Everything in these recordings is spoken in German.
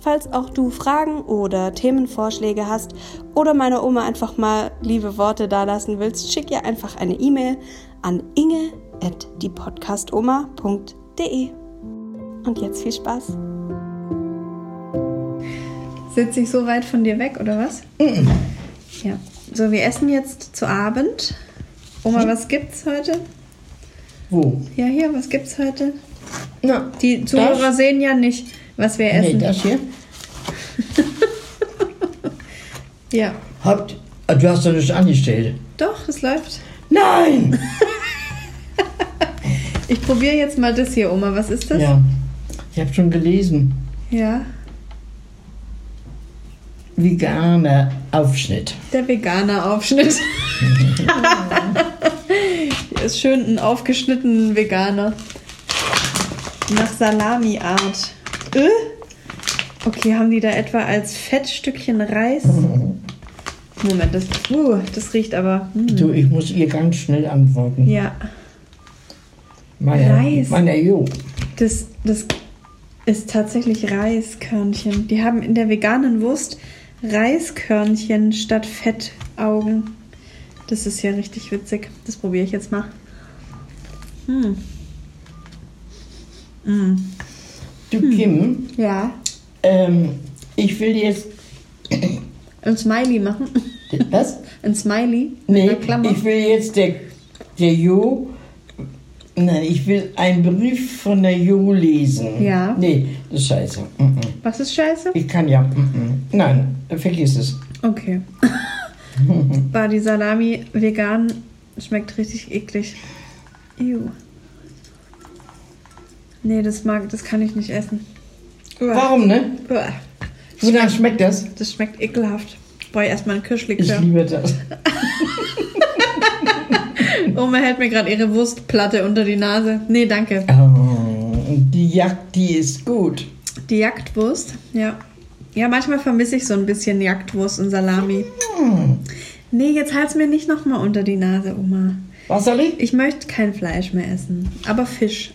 Falls auch du Fragen oder Themenvorschläge hast oder meiner Oma einfach mal liebe Worte dalassen willst, schick ihr einfach eine E-Mail an inge.diepodcastoma.de. E. Und jetzt viel Spaß. Sitze ich so weit von dir weg, oder was? Ja. So, wir essen jetzt zu Abend. Oma, was gibt's heute? Wo? Ja, hier, was gibt's heute? Na, Die Zuhörer sehen ja nicht, was wir Nee, essen. das hier. ja. Habt. Ah, Du hast doch nicht angestellt. Doch, es läuft. Nein! Ich probiere jetzt mal das hier, Oma. Was ist das? Ja. Ich habe schon gelesen. Ja, Veganer Aufschnitt. der vegane Aufschnitt. Hier ist schön ein aufgeschnittenen Veganer. Nach Salami-Art. Äh? Okay, haben die da etwa als Fettstückchen Reis? Moment, das, uh, das riecht aber. Hm. Du, ich muss ihr ganz schnell antworten. Ja, Meine, Reis. Meine Jo. das, das ist tatsächlich Reiskörnchen. Die haben in der veganen Wurst Reiskörnchen statt Fettaugen. Das ist ja richtig witzig. Das probiere ich jetzt mal. Hm. Hm. Du, Kim, Ja. ähm, ich will jetzt. Ein Smiley machen. Was? Ein Smiley. Nee, Eine Klammer. ich will jetzt der, der Jo. Nein, ich will einen Brief von der Jo lesen. Ja. Nee, das ist scheiße. Mhm. Was ist scheiße? Ich kann ja. mhm. Nein, vergiss es. Okay. War die Salami vegan? Schmeckt richtig eklig. Ew. Nee, das mag, das kann ich nicht essen. Uah. Warum, ne? Uah. Wonach schmeckt das? Das schmeckt ekelhaft. Boah, erstmal ein Ich Kirschlikör. liebe das. Oma Oh, hält mir gerade ihre Wurstplatte unter die Nase. Nee, danke. Oh, die Jagd, die ist gut. Die Jagdwurst, ja. Ja, manchmal vermisse ich so ein bisschen Jagdwurst und Salami. Mm. Nee, jetzt halt's mir nicht nochmal unter die Nase, Oma. Was soll ich? Ich möchte kein Fleisch mehr essen, aber Fisch.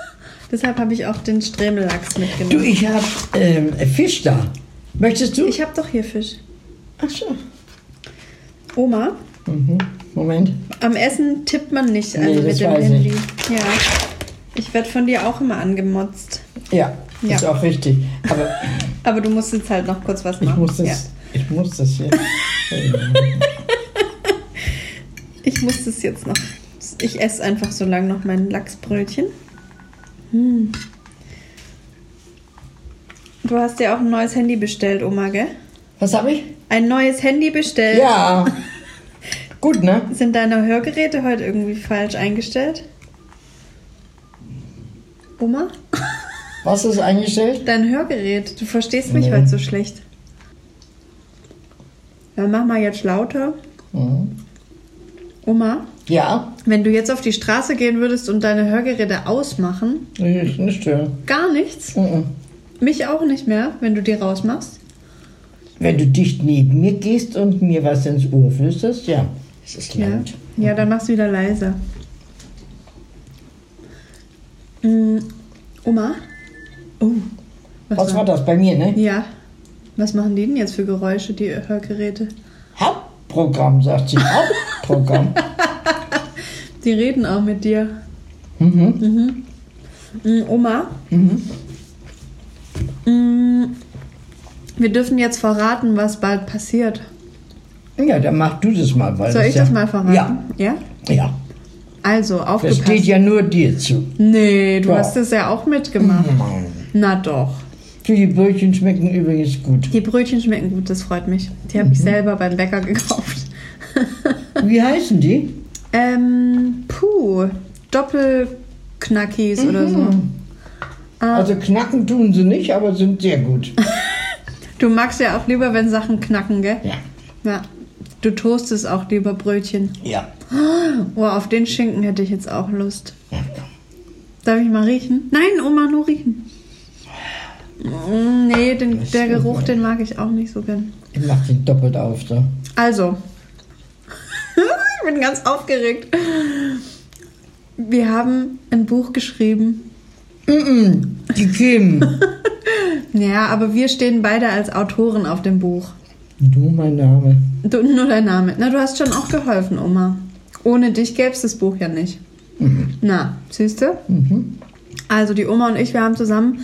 Deshalb habe ich auch den Stremellachs Du, mitgenommen. ich hab ähm, Fisch da. Möchtest du? Ich habe doch hier Fisch. Ach so. Oma, Mhm. Moment. am Essen tippt man nicht, Nee, also das mit dem weiß Handy. Ja. Ich werde von dir auch immer angemotzt. Ja, Ja. ist auch richtig. Aber Aber du musst jetzt halt noch kurz was machen. ich muss das, Ja. ich muss das hier. Ich muss das jetzt noch. Ich esse einfach so lange noch mein Lachsbrötchen. Hm. Du hast dir auch ein neues Handy bestellt, Oma, gell? Was habe ich? Ein neues Handy bestellt. Ja. gut, ne? Sind deine Hörgeräte heute irgendwie falsch eingestellt? Oma? Was ist eingestellt? Dein Hörgerät. Du verstehst mich Nee. heute so schlecht. Dann mach mal jetzt lauter. Mhm. Oma, Ja, wenn du jetzt auf die Straße gehen würdest und deine Hörgeräte ausmachen, ich nicht stören. gar nichts. Mhm. Mich auch nicht mehr, wenn du die rausmachst. Wenn du dicht neben mir gehst und mir was ins Ohr flüsterst, ja. Es ist Ja, laut. ja dann mach's wieder leiser. Mm, Oma? Oh. Was war das bei mir, ne? Ja. Was machen die denn jetzt für Geräusche, die Hörgeräte? Hauptprogramm, sagt sie. Hauptprogramm. Die reden auch mit dir. Mhm. Mm, Oma? Mm, Wir dürfen jetzt verraten, was bald passiert. Ja, dann mach du das mal. Weil Soll ich ja, das mal verraten? Ja, ja? ja. Also, Das aufgepasst. steht ja nur dir zu. Nee, du Ja. hast es ja auch mitgemacht. Mhm. Na doch. Du, die Brötchen schmecken übrigens gut. Die Brötchen schmecken gut, das freut mich. Die habe Mhm. ich selber beim Bäcker gekauft. Wie heißen die? ähm, puh, Doppelknackis oder Mhm. so. Ah. Also knacken tun sie nicht, aber sind sehr gut. Du magst ja auch lieber, wenn Sachen knacken, gell? Ja. Ja. Du toastest auch lieber Brötchen. Ja. Oh, auf den Schinken hätte ich jetzt auch Lust. Darf ich mal riechen? Nein, Oma, nur riechen. Mm, Nee, den, der Geruch, den mag ich auch nicht so gern. Ich mach den doppelt auf, so. Also. ich bin ganz aufgeregt. Wir haben ein Buch geschrieben. Mm-mm, Hm, die Kim. Ja, aber wir stehen beide als Autoren auf dem Buch. du, mein Name. Du, nur dein Name. Na, du hast schon auch geholfen, Oma. Ohne dich gäbe es das Buch ja nicht. Na, siehst du? Also die Oma und ich, wir haben zusammen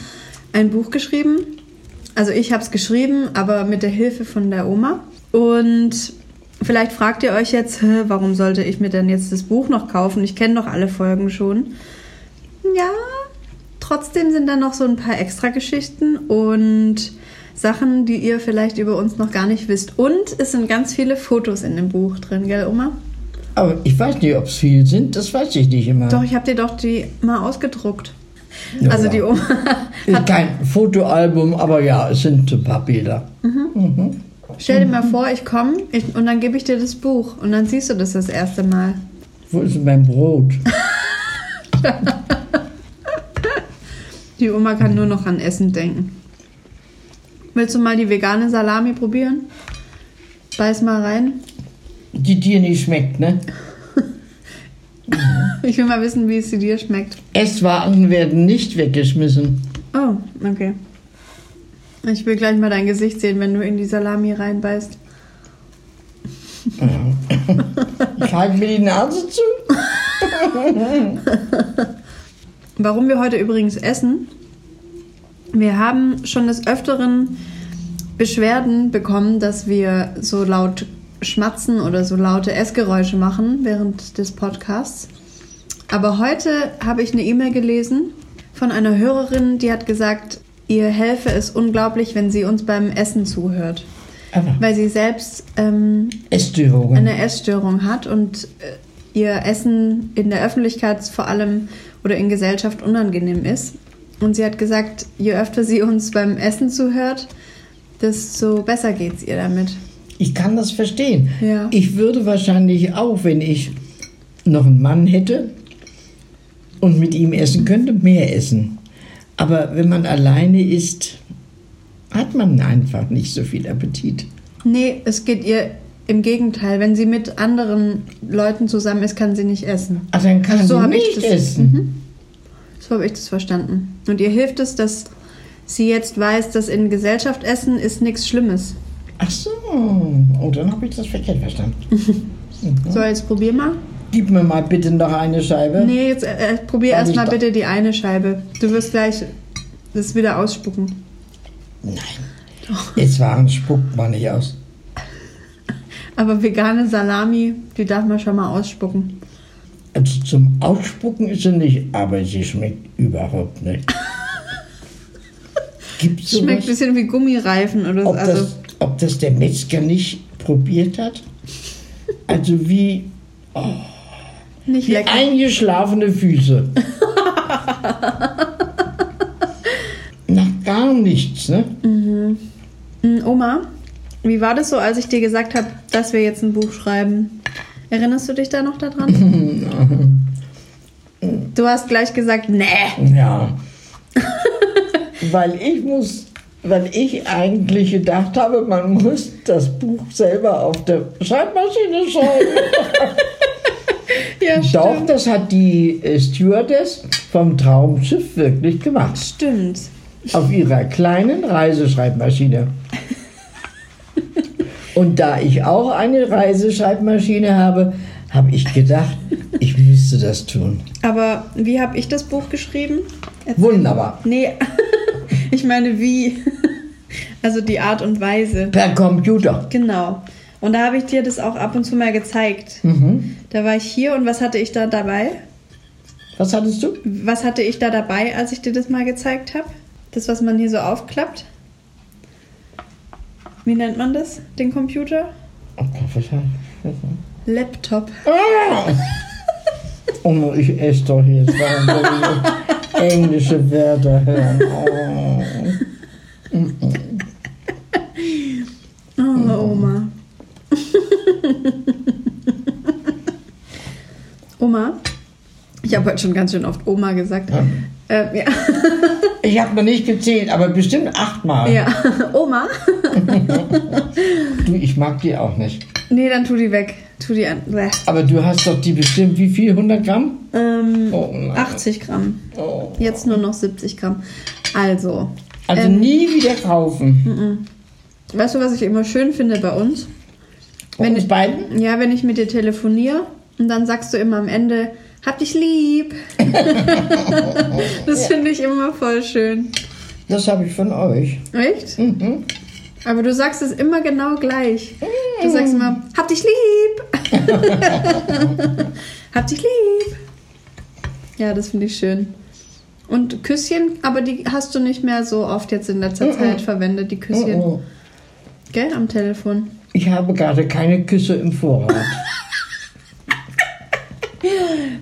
ein Buch geschrieben. Also ich habe es geschrieben, aber mit der Hilfe von der Oma. Und vielleicht fragt ihr euch jetzt, "Hä, warum sollte ich mir denn jetzt das Buch noch kaufen? Ich kenne doch alle Folgen schon. Ja, trotzdem sind da noch so ein paar Extra-Geschichten und Sachen, die ihr vielleicht über uns noch gar nicht wisst. Und es sind ganz viele Fotos in dem Buch drin, gell, Oma? Aber ich weiß nicht, ob es viel sind, das weiß ich nicht immer. Doch, ich habe dir doch die mal ausgedruckt. Ja, also ja. die Oma. Ist kein Fotoalbum, aber ja, es sind ein paar Bilder. Stell dir mal vor, ich komme ich, und dann gebe ich dir das Buch und dann siehst du das das erste Mal. Wo ist denn mein Brot? Die Oma kann nur noch an Essen denken. Willst du mal die vegane Salami probieren? Beiß mal rein. Die dir nicht schmeckt, ne? Ich will mal wissen, wie es sie dir schmeckt. Esswaren werden nicht weggeschmissen. Oh, okay. Ich will gleich mal dein Gesicht sehen, wenn du in die Salami reinbeißt. Ich halte mir die Nase zu. Warum wir heute übrigens essen? Wir haben schon des Öfteren Beschwerden bekommen, dass wir so laut schmatzen oder so laute Essgeräusche machen während des Podcasts. Aber heute habe ich eine E-Mail gelesen von einer Hörerin, die hat gesagt, ihr helfe es unglaublich, wenn sie uns beim Essen zuhört. Aber Weil sie selbst ähm, Essstörungen. eine Essstörung hat und äh, ihr Essen in der Öffentlichkeit vor allem oder in Gesellschaft unangenehm ist. Und sie hat gesagt, je öfter sie uns beim Essen zuhört, desto besser geht's ihr damit. Ich kann das verstehen. Ja. Ich würde wahrscheinlich auch, wenn ich noch einen Mann hätte und mit ihm essen könnte, mehr essen. Aber wenn man alleine isst, hat man einfach nicht so viel Appetit. Nee, es geht ihr im Gegenteil. Wenn sie mit anderen Leuten zusammen ist, kann sie nicht essen. Ah, dann kann Ach, so man hab ich nicht das- Mhm. essen. So habe ich das verstanden. Und ihr hilft es, dass sie jetzt weiß, dass in Gesellschaft essen ist nichts Schlimmes. Ach so. Oh, dann habe ich das verkehrt verstanden. So, jetzt probier mal. Gib mir mal bitte noch eine Scheibe. Nee, jetzt äh, äh, probier Kann ich erstmal da- bitte die eine Scheibe. Du wirst gleich das wieder ausspucken. Jetzt waren spuckt man nicht aus. Aber vegane Salami, die darf man schon mal ausspucken. Also zum Ausspucken ist sie nicht, aber sie schmeckt überhaupt nicht. Gibt's sowas? Schmeckt ein bisschen wie Gummireifen oder so. ob, Also, das, ob das der Metzger nicht probiert hat? Also wie, nicht wie lecker. eingeschlafene Füße. Nach gar nichts, ne? Mm, Oma, wie war das so, als ich dir gesagt habe, dass wir jetzt ein Buch schreiben? Erinnerst du dich da noch daran? du hast gleich gesagt, nee. Ja. weil ich muss, weil ich eigentlich gedacht habe, man muss das Buch selber auf der Schreibmaschine schreiben. Ja, Doch, das hat die äh, Stewardess vom Traumschiff wirklich gemacht. stimmt. Auf ihrer kleinen Reiseschreibmaschine. Und da ich auch eine Reiseschreibmaschine habe, habe ich gedacht, ich müsste das tun. Aber wie habe ich das Buch geschrieben? Erzähl. Wunderbar. Nee, ich meine wie. Also die Art und Weise. Per Computer. Genau. Und da habe ich dir das auch ab und zu mal gezeigt. Da war ich hier und was hatte ich da dabei? Was hattest du? Was hatte ich da dabei, als ich dir das mal gezeigt habe? Das, was man hier so aufklappt? Wie nennt man das? Den Computer? Laptop. Oh, Ah! ich esse doch jetzt warum will ich englische Wörter hören. Oh. Oh, Oma. Oma. Ich habe heute schon ganz schön oft Oma gesagt. Ja. Ähm, ja. Oh. Ich habe noch nicht gezählt, aber bestimmt achtmal. ja, Oma. Du, ich mag die auch nicht. Nee, dann tu die weg. Tu die an. Bäh. Aber du hast doch die bestimmt, wie viel? 100 Gramm? Ähm, Oh nein. 80 Gramm. Oh. Jetzt nur noch 70 Gramm. Also, Also nie wieder kaufen. weißt du, was ich immer schön finde bei uns? Bei wenn uns ich- beiden? Ja, wenn ich mit dir telefoniere und dann sagst du immer am Ende, hab dich lieb. das finde ich immer voll schön. Das habe ich von euch. Echt? Mhm. Aber du sagst es immer genau gleich. Mhm. Du sagst immer, hab dich lieb. hab dich lieb. Ja, das finde ich schön. Und Küsschen, aber die hast du nicht mehr so oft jetzt in Mhm. letzter Zeit verwendet, die Oh, Küsschen. oh. Gell, am Telefon. Ich habe gerade keine Küsse im Vorrat.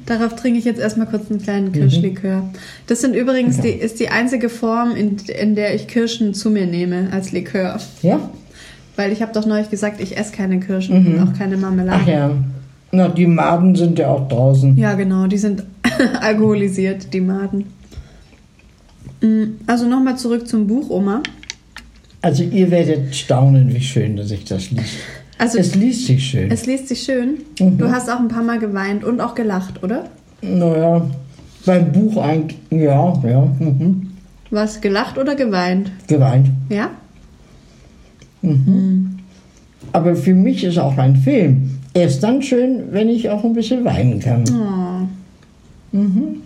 Darauf trinke ich jetzt erstmal kurz einen kleinen Mhm. Kirschlikör. Das sind übrigens die, ist die einzige Form, in, in der ich Kirschen zu mir nehme als Likör. ja? Weil ich habe doch neulich gesagt, ich esse keine Kirschen und auch keine Marmelade. Mhm. Ach ja. Na, die Maden sind ja auch draußen. Ja, genau, die sind alkoholisiert, die Maden. Mm, Also nochmal zurück zum Buch, Oma. Also ihr werdet staunen, wie schön, dass ich das liest. Also es es, liest sich schön. liest sich schön. Du hast auch ein paar Mal geweint und auch gelacht, oder? naja, beim Buch eigentlich, ja, ja, mhm. Was gelacht oder geweint? geweint. Ja? Aber für mich ist auch ein Film erst dann schön, wenn ich auch ein bisschen weinen kann. Mhm. Oh.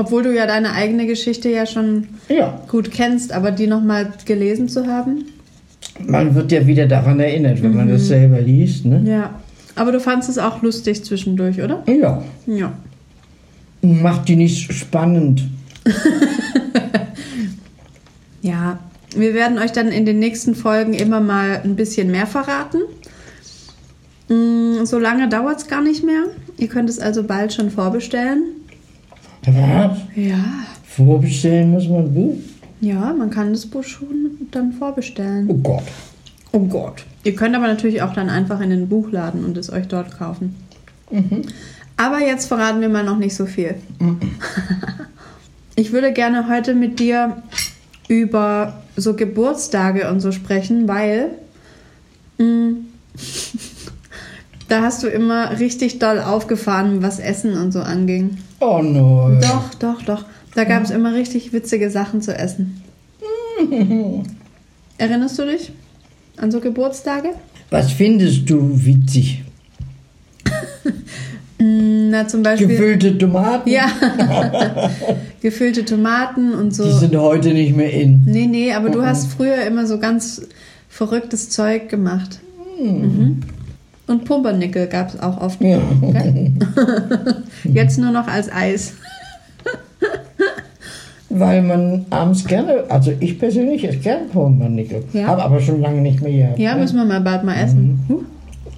Obwohl du ja deine eigene Geschichte ja schon Ja, gut kennst, aber die nochmal gelesen zu haben? man wird ja wieder daran erinnert, wenn man Mhm. das selber liest. Ne? Ja. Aber du fandst es auch lustig zwischendurch, oder? Ja, Ja. macht die nicht spannend. Ja. Wir werden euch dann in den nächsten Folgen immer mal ein bisschen mehr verraten. Mm, So lange dauert es gar nicht mehr. Ihr könnt es also bald schon vorbestellen. Was? Ja. Vorbestellen muss man ein Buch? Ja, man kann das Buch schon dann vorbestellen. Oh Gott. Oh Gott. Ihr könnt aber natürlich auch dann einfach in den Buchladen und es euch dort kaufen. Aber jetzt verraten wir mal noch nicht so viel. Ich würde gerne heute mit dir über so Geburtstage und so sprechen, weil mh, da hast du immer richtig doll aufgefahren, was Essen und so anging. Oh nein. Doch, doch, doch. Da gab es immer richtig witzige Sachen zu essen. Erinnerst du dich an so Geburtstage? Was findest du witzig? Na, zum Beispiel Gefüllte Tomaten? Also ja. gefüllte Tomaten und so. Die sind heute nicht mehr in. Nee, nee, aber du hast früher immer so ganz verrücktes Zeug gemacht. Mhm. Und Pumpernickel gab es auch oft. Ja. Gell? Jetzt nur noch als Eis. Weil man abends gerne, also ich persönlich esse gerne Kornmanickel, Ja. habe aber schon lange nicht mehr gehabt. Ja, müssen wir mal bald mal essen. Huh.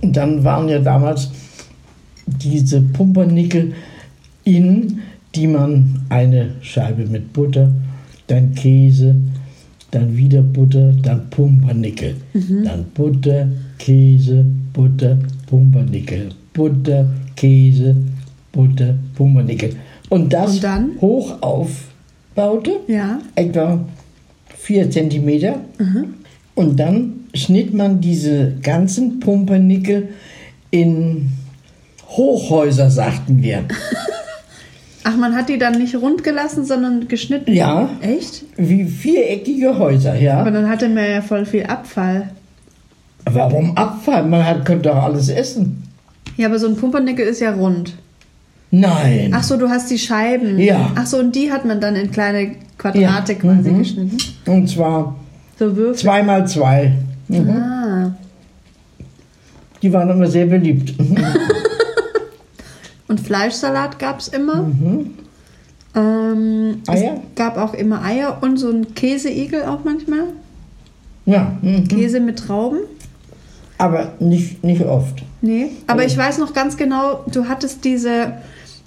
Und dann waren ja damals diese Pumpernickel in, die man eine Scheibe mit Butter, dann Käse, dann wieder Butter, dann Pumpernickel, Mhm. dann Butter, Käse, Butter, Pumpernickel, Butter, Käse, Butter, Pumpernickel. Und das Und dann? hoch aufbaute Ja. etwa 4 cm. Mhm. Und dann schnitt man diese ganzen Pumpernickel in Hochhäuser, sagten wir. Ach, man hat die dann nicht rund gelassen, sondern geschnitten. Ja, Echt? wie viereckige Häuser, Aber ja. dann hatte man ja voll viel Abfall. Warum abfallen? Man hat, könnte doch alles essen. Ja, aber so ein Pumpernickel ist ja rund. Nein. Ach so, du hast die Scheiben. Ja. Ach so, und die hat man dann in kleine Quadrate Ja. quasi Mhm. geschnitten. Und zwar So Würfel. zwei mal zwei. Mhm. Ah. Die waren immer sehr beliebt. Und Fleischsalat gab es immer. Ähm, Mhm. Eier? Es gab auch immer Eier und so einen Käseigel auch manchmal. Mhm. Ja, mhm. Käse mit Trauben. aber nicht, nicht oft. Nee. Aber ich weiß noch ganz genau, du hattest diese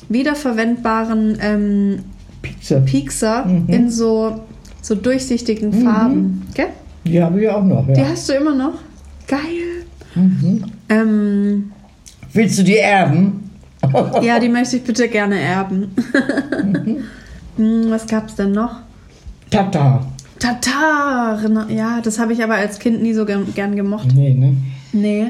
wiederverwendbaren ähm, Pizza, Piekser Mhm. in so, so durchsichtigen Farben. Gell? die habe ich auch noch. Die Ja. hast du immer Mhm. noch. Geil. Ähm, Willst du die erben? Ja, die möchte ich bitte gerne erben. Mhm. Hm, Was gab's denn noch? Tata. Tataren. Ja, das habe ich aber als Kind nie so gern, gern gemocht. Nee, ne? Nee.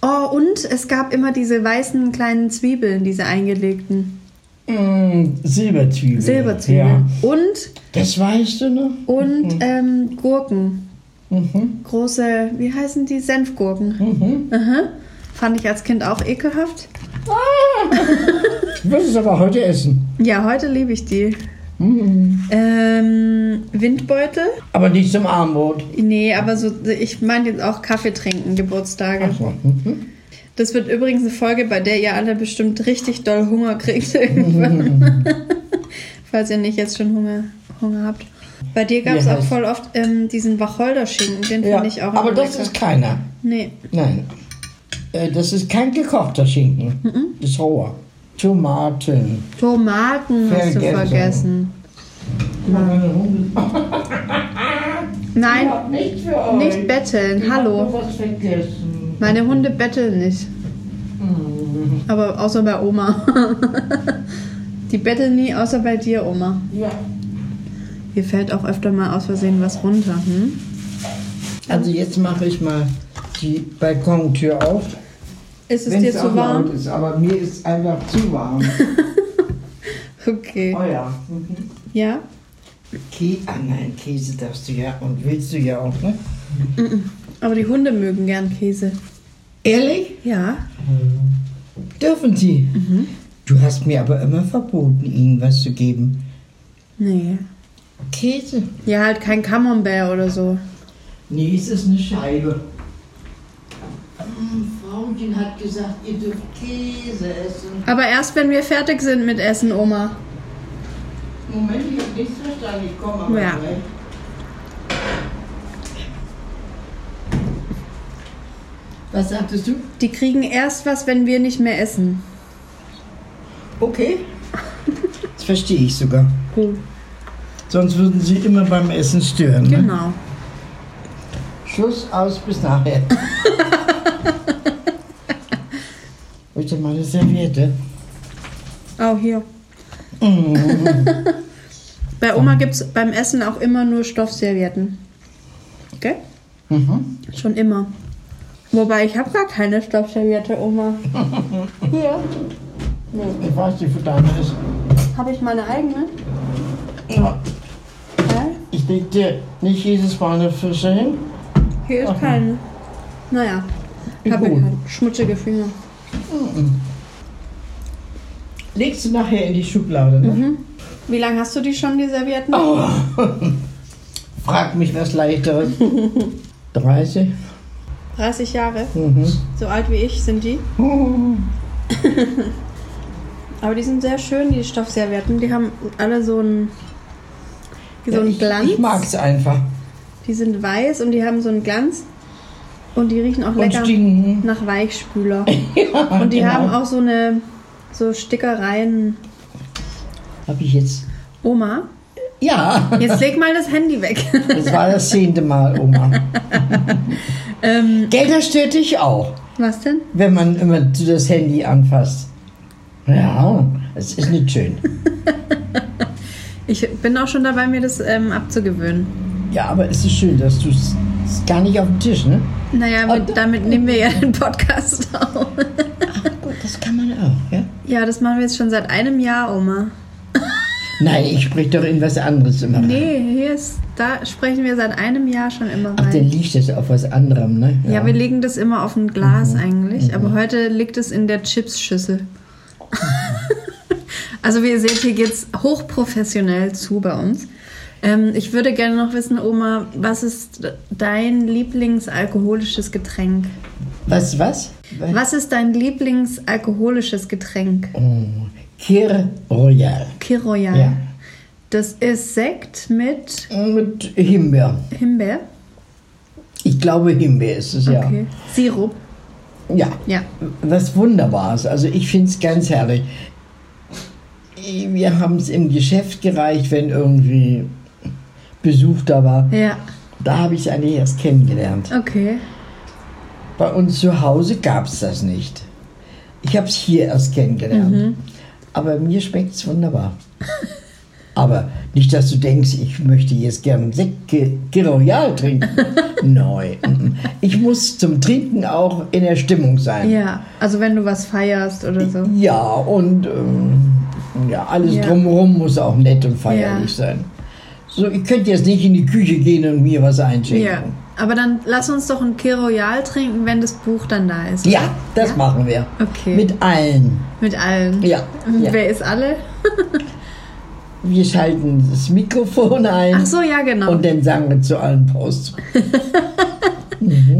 Oh, und es gab immer diese weißen kleinen Zwiebeln, diese eingelegten. Mm, Silberzwiebeln. Silberzwiebeln. Ja. Mhm. Und, Das weißt du noch? und ähm, Gurken. Mhm. Große, wie heißen die? Senfgurken. Mhm. Aha. Fand ich als Kind auch ekelhaft. Ich würde es aber heute essen. Ja, heute liebe ich die. Mhm. Ähm, Windbeutel? Aber nicht zum Armbrot. Nee, aber so, ich meine jetzt auch Kaffee trinken, Geburtstage. Ach so. Mhm. Das wird übrigens eine Folge, bei der ihr alle bestimmt richtig doll Hunger kriegt irgendwann. Falls ihr nicht jetzt schon Hunger, Hunger habt. Bei dir gab es Wie auch heißt- voll oft ähm, diesen Wacholderschinken, den Ja. finde ich auch aber immer das lecker. ist keiner. Nee, Nein. Äh, Das ist kein gekochter Schinken. Mhm. Das ist roher. Tomaten. Tomaten hast du Vergessen. vergessen. Ich Nein, hab nicht für euch. nicht betteln, Ich hab hallo. nur was vergessen. Mhm. meine Hunde betteln nicht. Aber außer bei Oma. Die betteln nie, außer bei dir, Oma. Ja. Hier fällt auch öfter mal aus Versehen was runter. Hm? Also jetzt mache ich mal die Balkontür auf. Ist es Wenn's dir zu auch laut warm? Ist, aber mir ist einfach zu warm. Okay. oh ja. Mhm. Ja? Kä ah nein, Käse darfst du ja und willst du ja auch, ne? Aber die Hunde mögen gern Käse. Ehrlich? Ja. Dürfen sie. Du hast mir aber immer verboten, ihnen was zu geben. Nee. Käse? Ja, halt kein Camembert oder so. Nee, es ist eine Scheibe. Hm, Frauchen hat gesagt, ihr dürft Käse essen. Aber erst wenn wir fertig sind mit Essen, Oma. Moment, ich hab nichts verstanden, ich komme aber Ja. gleich. Was sagtest du? Die kriegen erst was, wenn wir nicht mehr essen. Okay. Das verstehe ich sogar. Cool. Sonst würden sie immer beim Essen stören. Ne? Genau. Schluss aus, bis nachher. Wo ist denn meine Serviette? Oh, hier. Oh. Bei Oma gibt es beim Essen auch immer nur Stoffservietten. Okay? Mhm. Schon immer. Wobei, ich habe gar keine Stoffserviette, Oma. Hier. Ich weiß nicht, wo deine ist. Habe ich meine eigene? Ja. Hä? Ich leg dir nicht jedes Mal eine Fische hin. Hier ist keine. Naja, Ich habe hol. keine. Schmutzige Finger. Legst du nachher in die Schublade, ne? Mhm. Wie lange hast du die schon, die Servietten? Oh. Frag mich was leichteres. 30? 30 Jahre. Mhm. So alt wie ich sind die. Aber die sind sehr schön, die Stoffservietten. Die haben alle so einen, so einen ich, Glanz. Ich mag's einfach. Die sind weiß und die haben so einen Glanz. Und die riechen auch lecker Und genau. stinken. nach Weichspüler. Und die haben auch so eine so Stickereien. Hab ich jetzt. Oma, Ja, jetzt leg mal das Handy weg. das war das zehnte Mal, Oma. ähm, Geld, das stört dich auch, was denn? wenn man immer das Handy anfasst. Ja, es ist nicht schön. Ich bin auch schon dabei, mir das ähm, abzugewöhnen. Ja, aber es ist schön, dass du es ist gar nicht auf dem Tisch, ne? Naja, mit, damit nehmen wir ja den Podcast auf. Gut, das kann man auch, ja? Ja, das machen wir jetzt schon seit einem Jahr, Oma. Nein, ich sprich doch in was anderes immer. rein. Nee, hier ist, da sprechen wir seit einem Jahr schon immer Ach, dann rein. liegt das auf was anderem, ne? Ja, wir legen das immer auf ein Mhm. Glas eigentlich, aber heute liegt es in der Chipsschüssel. also wie ihr seht, hier geht's hochprofessionell zu bei uns. Ähm, ich würde gerne noch wissen, Oma, was ist dein Lieblingsalkoholisches Getränk? Was, was? was? Was ist dein Lieblingsalkoholisches Getränk? Oh, Kir Royal. Kir Royal. Ja. Das ist Sekt mit Mit Himbeer. Himbeer. Ich glaube, Himbeer ist es, ja. Okay. Sirup. Ja. Ja. Was Wunderbares. Also ich finde es ganz herrlich. Wir haben es im Geschäft gereicht, wenn irgendwie Besuch da war. Ja. Da habe ich es eigentlich erst kennengelernt. Okay. Bei uns zu Hause gab es das nicht. Ich habe es hier erst kennengelernt. Mhm. Aber mir schmeckt es wunderbar. Aber nicht, dass du denkst, ich möchte jetzt gern Sekt Ki- Ki Royal trinken. Nein. mhm. Ich muss zum Trinken auch in der Stimmung sein. Ja, also wenn du was feierst oder so. Ja, und ähm, ja, alles Ja. drumherum muss auch nett und feierlich sein. So, ich könnte jetzt nicht in die Küche gehen und mir was Ja, einschenken. aber dann lass uns doch ein Kir Royal trinken, wenn das Buch dann da ist. Ja, das machen wir. Okay. Mit allen. Mit allen. Ja, ja. Wer ist alle? Wir schalten das Mikrofon ein Ach so, ja, genau. und dann sagen wir zu allen Post.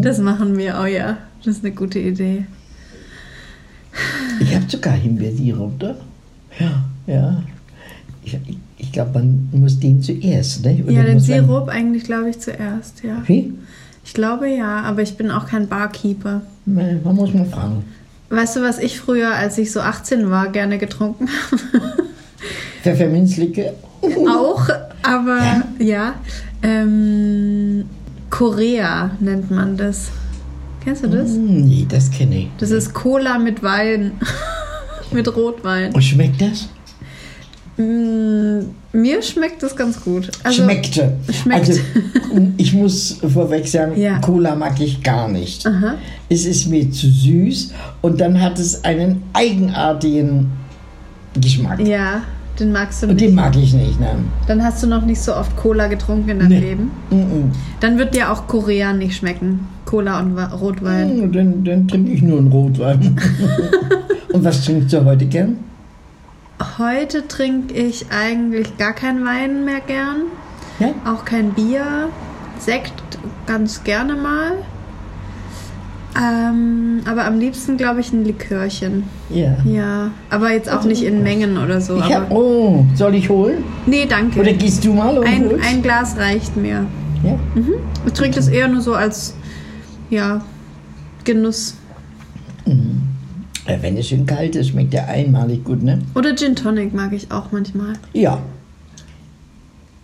Das machen wir, oh ja. Das ist eine gute Idee. Ich habe sogar Himbeersirup, oder? Ja, ja. Ich, ich- ich glaube, man muss den zuerst, ne? Oder ja, den muss man- Sirup eigentlich, glaube ich, zuerst, ja. Wie? Ich glaube ja, aber ich bin auch kein Barkeeper. Man man muss mal fragen. Weißt du, was ich früher, als ich so 18 war, gerne getrunken habe? Pfefferminzlicke. auch, aber ja. Ähm, Korea nennt man das. Kennst du das? Hm, Nee, das kenne ich. Das ist Cola mit Wein. mit Rotwein. Und schmeckt das? Mm, mir schmeckt das ganz gut. Also, Schmeckte. schmeckt. Also, ich muss vorweg sagen, Ja. Cola mag ich gar nicht. Aha. Es ist mir zu süß und dann hat es einen eigenartigen Geschmack. Ja, den magst du Und nicht. den mag ich nicht, nein. Dann hast du noch nicht so oft Cola getrunken in deinem Nee. Leben. Mm Dann wird dir auch Korea nicht schmecken. Cola und Wa- -mm. Rotwein. Und Dann, dann trinke ich nur einen Rotwein. und was trinkst du heute gern? Heute trinke ich eigentlich gar keinen Wein mehr gern. Ja? Auch kein Bier. Sekt ganz gerne mal. Ähm, aber am liebsten, glaube ich, ein Likörchen. ja. Ja, aber jetzt auch nicht in Mengen oder so. Ich hab, Aber oh, soll ich holen? nee, danke. Oder gehst du mal und Ein, holst? ein Glas reicht mir. ja. Ich trinke das eher nur so als, ja, Genuss. Ja, Äh, Wenn es schön kalt ist, schmeckt der einmalig gut, ne? Oder Gin Tonic mag ich auch manchmal. Ja.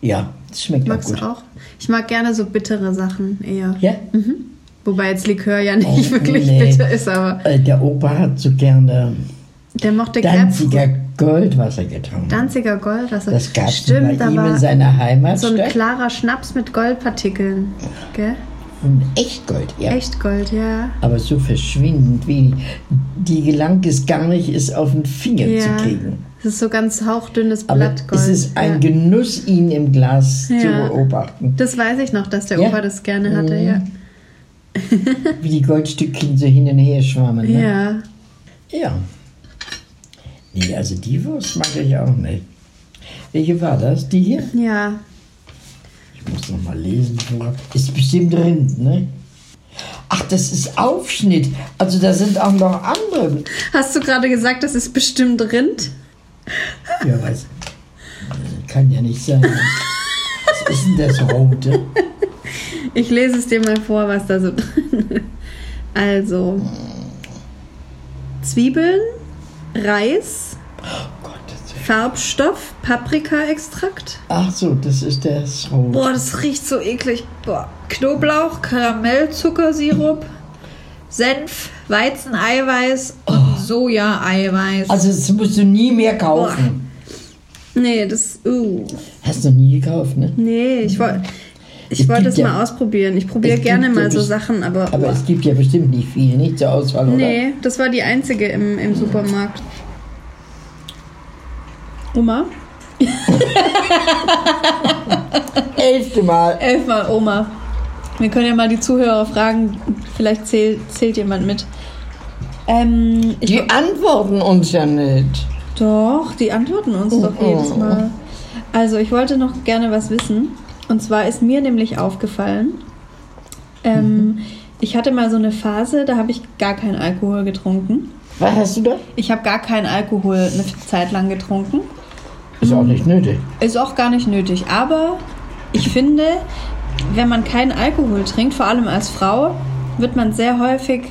Ja, das schmeckt Magst auch du gut. auch? Ich mag gerne so bittere Sachen eher. Ja? Mhm. Wobei jetzt Likör ja nicht Oh, wirklich nee. bitter ist, aber Äh, Der Opa hat so gerne der mochte Grapefruit. Danziger Goldwasser getrunken. Danziger Gold, also das gab es bei stimmt, da ihm in war seiner Heimatstadt. so ein klarer Schnaps mit Goldpartikeln. Gell? Und echt Gold, ja. Echt Gold, ja. Aber so verschwindend wenig. Die gelangt es gar nicht, es auf den Finger ja. zu kriegen. Es ist so ganz hauchdünnes Aber Blattgold. es ist ein ja. Genuss, ihn im Glas zu Ja. beobachten. Das weiß ich noch, dass der Ja. Opa das gerne hatte, ja. Wie die Goldstückchen so hin und her schwammen. Ne? Ja. Ja. Nee, also die Wurst mag ich auch nicht. Welche war das? Die hier? Ja. Ich muss noch mal lesen. vorher. Ist bestimmt Rind, ne? Ach, das ist Aufschnitt. Also da sind auch noch andere. Hast du gerade gesagt, das ist bestimmt Rind? Ja, was? Kann ja nicht sein. Was ist denn das Rote? Ich lese es dir mal vor, was da so drin ist. Also. Zwiebeln, Reis, Oh Gott, das ist- Farbstoff, Paprikaextrakt. Ach so, das ist das Rote. Boah, das riecht so eklig. Boah. Knoblauch, Karamell, Zuckersirup, Senf, Weizeneiweiß und Sojaeiweiß. Also das musst du nie mehr kaufen. nee, das. Uh. Hast du nie gekauft, ne? Nee, ich wollte. Ich Es wollte gibt es ja- mal ausprobieren. Ich probiere es gerne gibt ja mal so best- Sachen, aber. Aber es gibt ja bestimmt nicht viel, nicht zur Auswahl, oder? nee, das war die einzige im, im Supermarkt. Oma? Elfte Mal. Elfmal Oma. Wir können ja mal die Zuhörer fragen, vielleicht zählt, zählt jemand mit. Ähm, ich, Die antworten uns ja nicht. Doch, die antworten uns doch jedes Mal. Also, ich wollte noch gerne was wissen. Und zwar ist mir nämlich aufgefallen, ähm, ich hatte mal so eine Phase, da habe ich gar keinen Alkohol getrunken. Was hast du da? Ich habe gar keinen Alkohol eine Zeit lang getrunken. Ist auch nicht nötig. Ist auch gar nicht nötig. Aber ich finde, wenn man keinen Alkohol trinkt, vor allem als Frau, wird man sehr häufig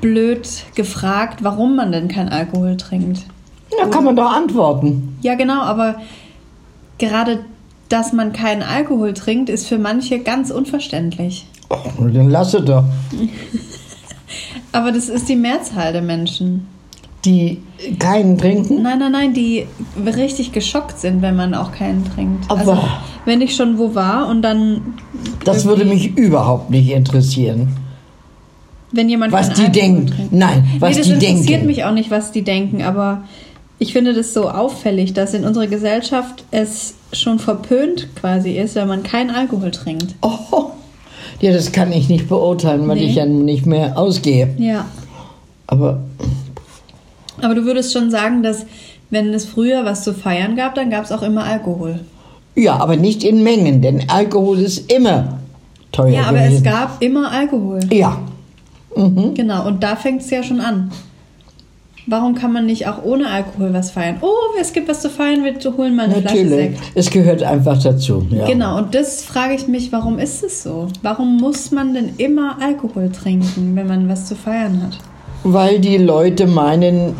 blöd gefragt, warum man denn keinen Alkohol trinkt. Da kann man doch antworten. Ja, genau, aber gerade, dass man keinen Alkohol trinkt, ist für manche ganz unverständlich. Och, dann lasse doch. Aber das ist die Mehrzahl der Menschen. die keinen trinken. Nein, nein, nein, die richtig geschockt sind, wenn man auch keinen trinkt. also, Aber- wenn ich schon wo war und dann. Das würde irgendwie- mich überhaupt nicht interessieren. Wenn jemand Was keinen die Alkohol denken. trinkt. Nein, was nee, das die interessiert denken. mich auch nicht, was die denken, aber ich finde das so auffällig, dass in unserer Gesellschaft es schon verpönt quasi ist, wenn man keinen Alkohol trinkt. Oh, ja, das kann ich nicht beurteilen, weil Nee. ich ja nicht mehr ausgehe. Ja. Aber Aber du würdest schon sagen, dass wenn es früher was zu feiern gab, dann gab es auch immer Alkohol. ja, aber nicht in Mengen, denn Alkohol ist immer teuer. Ja, aber gewesen. es gab immer Alkohol. Ja, Mhm. Genau, und da fängt es ja schon an. Warum kann man nicht auch ohne Alkohol was feiern? Oh, es gibt was zu feiern, wir holen mal eine Flasche natürlich. Sekt. Es gehört einfach dazu. Ja. Genau, und das frage ich mich, warum ist es so? Warum muss man denn immer Alkohol trinken, wenn man was zu feiern hat? Weil die Leute meinen,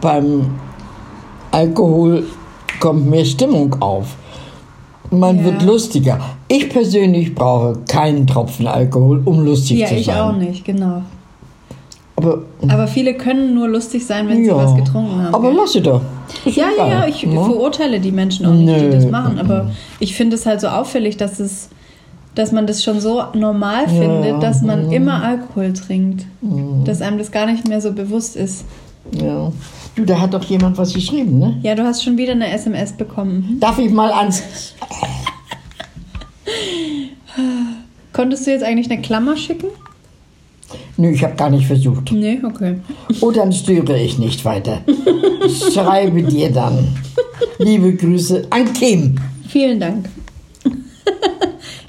beim Alkohol kommt mehr Stimmung auf. Man Ja. wird lustiger. Ich persönlich brauche keinen Tropfen Alkohol, um lustig ja, zu sein. ich auch nicht, genau. Aber, Aber viele können nur lustig sein, wenn ja. sie was getrunken haben. aber ja. lasse doch. Ist Ja, ja, egal, ja, ich ne? verurteile die Menschen auch nicht, die Nö. Mhm. das machen, aber ich finde es halt so auffällig, dass es dass man das schon so normal findet, dass Mhm. man immer Alkohol trinkt, dass einem das gar nicht mehr so bewusst ist. Ja. Du, da hat doch jemand was geschrieben, ne? Ja, du hast schon wieder eine SMS bekommen. Darf ich mal ans. Konntest du jetzt eigentlich eine Klammer schicken? Nö, ich habe gar nicht versucht. Nee, okay. Oh, dann störe ich nicht weiter. Ich schreibe dir dann. Liebe Grüße an Kim. Vielen Dank.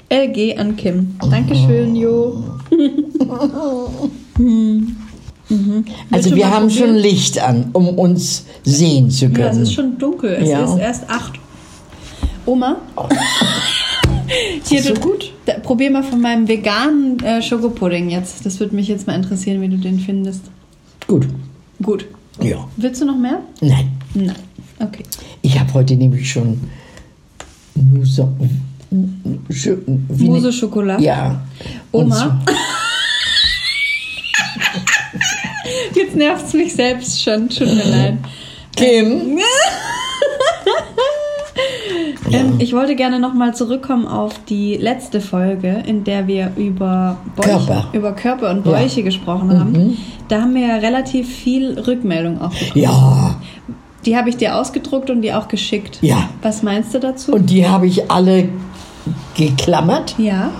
LG an Kim. Dankeschön, Jo. Willst Also du wir mal haben probieren? schon Licht an, um uns sehen zu Ja, es können. ist schon dunkel. Es Ja. ist erst acht. Oma? Hier, Ist so du, gut? Da, probier mal von meinem veganen äh, Schokopudding jetzt. Das würde mich jetzt mal interessieren, wie du den findest. Gut. Gut. Ja. Willst du noch mehr? Nein. Nein. Okay. Ich habe heute nämlich schon Mousse. Sch- wie Mousse ne- Schokolade? Ja. Und Oma? Jetzt nervt es mich selbst schon. Tut mir leid. so- Kim. Ähm, ich wollte gerne nochmal zurückkommen auf die letzte Folge, in der wir über Bäuche, Körper. Mhm. über Körper und Bäuche gesprochen haben. Da haben wir ja relativ viel Rückmeldung auch bekommen. Ja. Die habe ich dir ausgedruckt und die auch geschickt. Ja. Was meinst du dazu? Und die habe ich alle geklammert ja,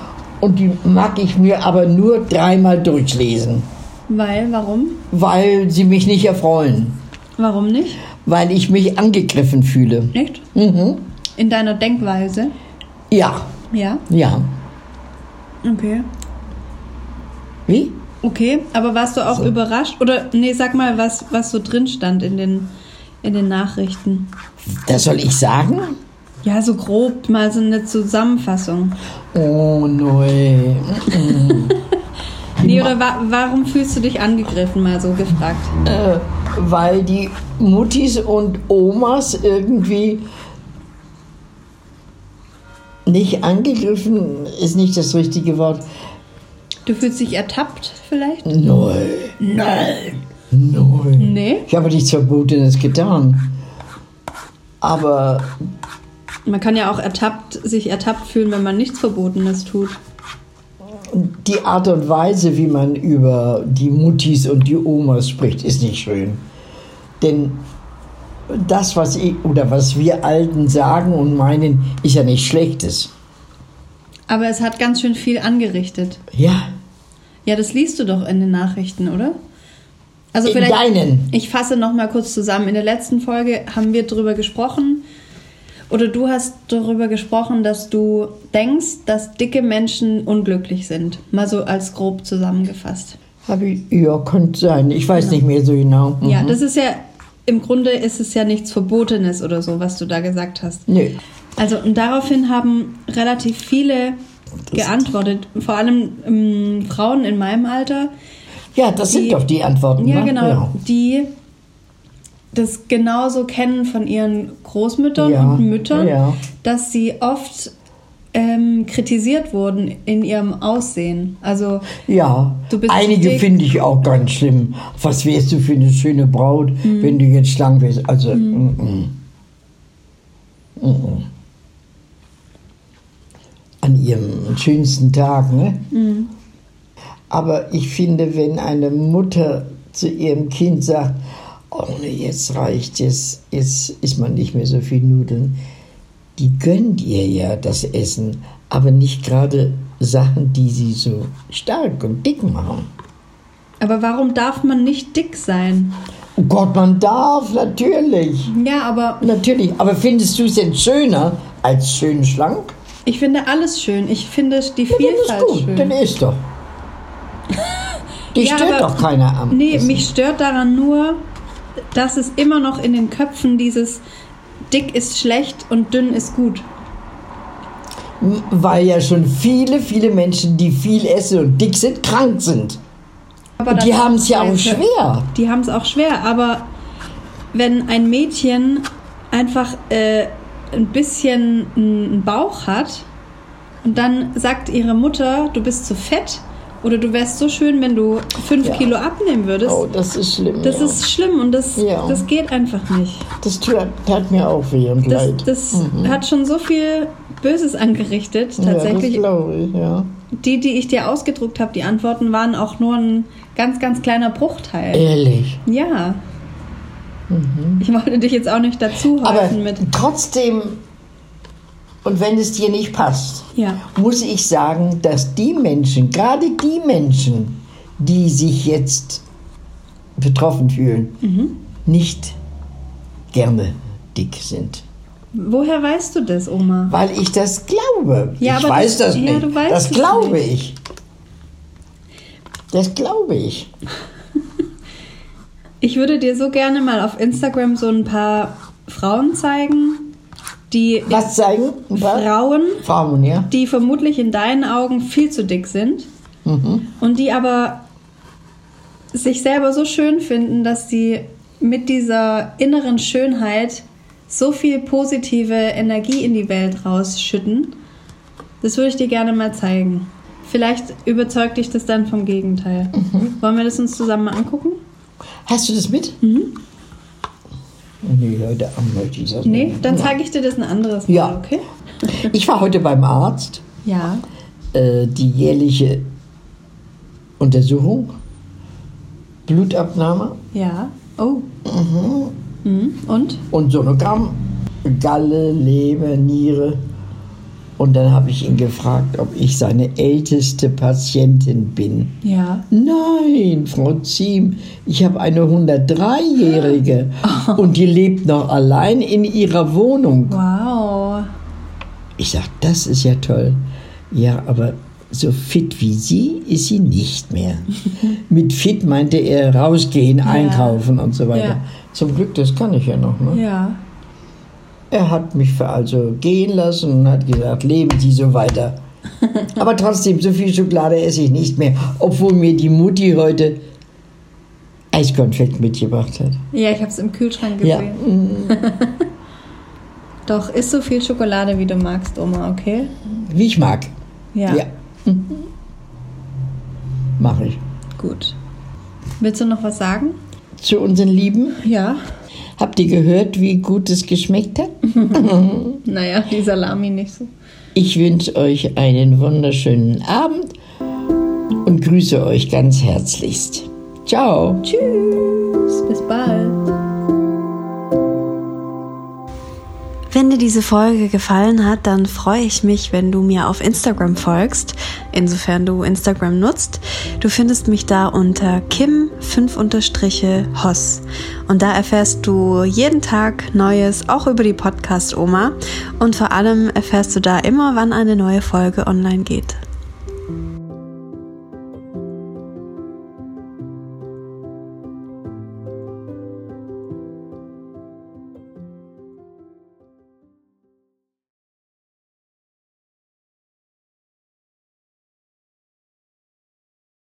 und die mag ich mir aber nur dreimal durchlesen, weil, warum? weil sie mich nicht erfreuen, Warum nicht? weil ich mich angegriffen fühle. Nicht? Mhm. In deiner Denkweise? Ja, Ja. ja. Okay. Wie? Okay, aber warst du auch überrascht? Oder nee, sag mal, was, was so drin stand in den, in den Nachrichten. Das soll ich sagen? Ja, so grob mal so eine Zusammenfassung. Oh nein. Nee, oder wa warum fühlst du dich angegriffen, mal so gefragt? Äh, weil die Muttis und Omas irgendwie nicht angegriffen ist nicht das richtige Wort. Du fühlst dich ertappt vielleicht? Nein. Nein. Nein. Nee. Ich habe nichts Verbotenes getan. Aber Man kann ja auch ertappt, sich ertappt fühlen, wenn man nichts Verbotenes tut. die Art und Weise, wie man über die Muttis und die Omas spricht, ist nicht schön. Denn das, was ich, oder was wir Alten sagen und meinen, ist ja nichts Schlechtes. Aber es hat ganz schön viel angerichtet. Ja, Ja, das liest du doch in den Nachrichten, oder? Also In deinen. Ich fasse noch mal kurz zusammen. In der letzten Folge haben wir darüber gesprochen, oder du hast darüber gesprochen, dass du denkst, dass dicke Menschen unglücklich sind. Mal so als grob zusammengefasst. habe ich, ja, könnte sein. Ich weiß nicht mehr so genau. Mhm. Ja, das ist ja im Grunde ist es ja nichts Verbotenes oder so, was du da gesagt hast. Nö. Also und daraufhin haben relativ viele geantwortet, vor allem ähm, Frauen in meinem Alter. Ja, das Die- sind doch die Antworten. Ja, ne? genau. Ja. Die das genauso kennen von ihren Großmüttern Ja, und Müttern, ja. dass sie oft ähm, kritisiert wurden in ihrem Aussehen. Also Ja, Du bist einige dick. finde ich auch ganz schlimm. Was wärst du für eine schöne Braut, Mhm. wenn du jetzt schlank wärst? Also, mm. mm. Mm. an ihrem schönsten Tag, ne? Mhm. Aber ich finde, wenn eine Mutter zu ihrem Kind sagt, oh ne, jetzt reicht es, jetzt isst man nicht mehr so viel Nudeln, die gönnt ihr ja das Essen, aber nicht gerade Sachen, die sie so stark und dick machen. Aber warum darf man nicht dick sein? Oh Gott, man darf, natürlich. Ja, aber Natürlich, aber findest du es denn schöner als schön schlank? ich finde alles schön. Ich finde die Ja, dann Vielfalt ist gut, dann schön. ist doch. Dich Ja, stört aber- doch keiner am Nee, Essen. mich stört daran nur, dass es immer noch in den Köpfen dieses dick ist schlecht und dünn ist gut. Weil ja schon viele, viele Menschen, die viel essen und dick sind, krank sind. Aber Und die das- haben es ja auch schwer. Die haben es auch schwer, aber wenn ein Mädchen einfach äh, ein bisschen einen Bauch hat und dann sagt ihre Mutter, du bist zu fett oder du wärst so schön, wenn du fünf Ja. Kilo abnehmen würdest, Oh, das ist schlimm. das ja. ist schlimm und das, Ja. das geht einfach nicht. das tut, tat mir auch weh und Das, leid. Mhm. das hat schon so viel Böses angerichtet, tatsächlich. Ja, das glaube ich, ja. die, die ich dir ausgedruckt habe, die Antworten waren auch nur ein ganz, ganz kleiner Bruchteil. Äh. Ehrlich. Ja. Ich wollte dich jetzt auch nicht dazu Mhm. Aber halten mit. trotzdem, und wenn es dir nicht passt, Ja. muss ich sagen, dass die Menschen, gerade die Menschen, die sich jetzt betroffen fühlen, Mhm. nicht gerne dick sind. Woher weißt du das, Oma? Weil ich das glaube. Ja, ich aber weiß das- das ja, nicht. du weißt das es glaube ich. Das glaube ich. Ich würde dir so gerne mal auf Instagram so ein paar Frauen zeigen, die Was zeigen? Frauen, Frauen, ja. die vermutlich in deinen Augen viel zu dick sind und die aber sich selber so schön finden, dass sie mit dieser inneren Schönheit so viel positive Energie in die Welt rausschütten. Das würde ich dir gerne mal zeigen. Vielleicht überzeugt dich das dann vom Gegenteil. Wollen wir das uns zusammen mal angucken? Hast du das mit? Mhm. Nee, heute Abend möchte ich das Nee, nicht. dann zeige ich dir das ein anderes Mal, Ja. okay? Ich war heute beim Arzt. Ja. äh, die jährliche Untersuchung, Blutabnahme Ja. Oh. Mhm. Und? und Sonogramm, Galle, Leber, Niere. Und dann habe ich ihn gefragt, ob ich seine älteste Patientin bin. Ja. Nein, Frau Ziem, ich habe eine 103-Jährige und die lebt noch allein in ihrer Wohnung. Wow. Ich sage, das ist ja toll. Ja, aber so fit wie sie ist sie nicht mehr. Mit fit meinte er rausgehen, einkaufen und so weiter. Ja. Zum Glück, das kann ich ja noch. Ne? Ja. Er hat mich für also gehen lassen und hat gesagt, leben Sie so weiter. aber trotzdem, so viel Schokolade esse ich nicht mehr, obwohl mir die Mutti heute Eiskonfekt mitgebracht hat. Ja, ich habe es im Kühlschrank Ja, hm, gesehen. Doch, isst so viel Schokolade, wie du magst, Oma, okay? wie ich mag. Ja. Mhm. Mache ich. Gut. Willst du noch was sagen? Zu unseren Lieben. Ja. Habt ihr gehört, wie gut es geschmeckt hat? Naja, die Salami nicht so. Ich wünsche euch einen wunderschönen Abend und grüße euch ganz herzlichst. Ciao. Tschüss, bis bald. Wenn dir diese Folge gefallen hat, dann freue ich mich, wenn du mir auf Instagram folgst, insofern du Instagram nutzt. Du findest mich da unter kim5-hoss. Und da erfährst du jeden Tag Neues, auch über die Podcast-Oma. Und vor allem erfährst du da immer, wann eine neue Folge online geht.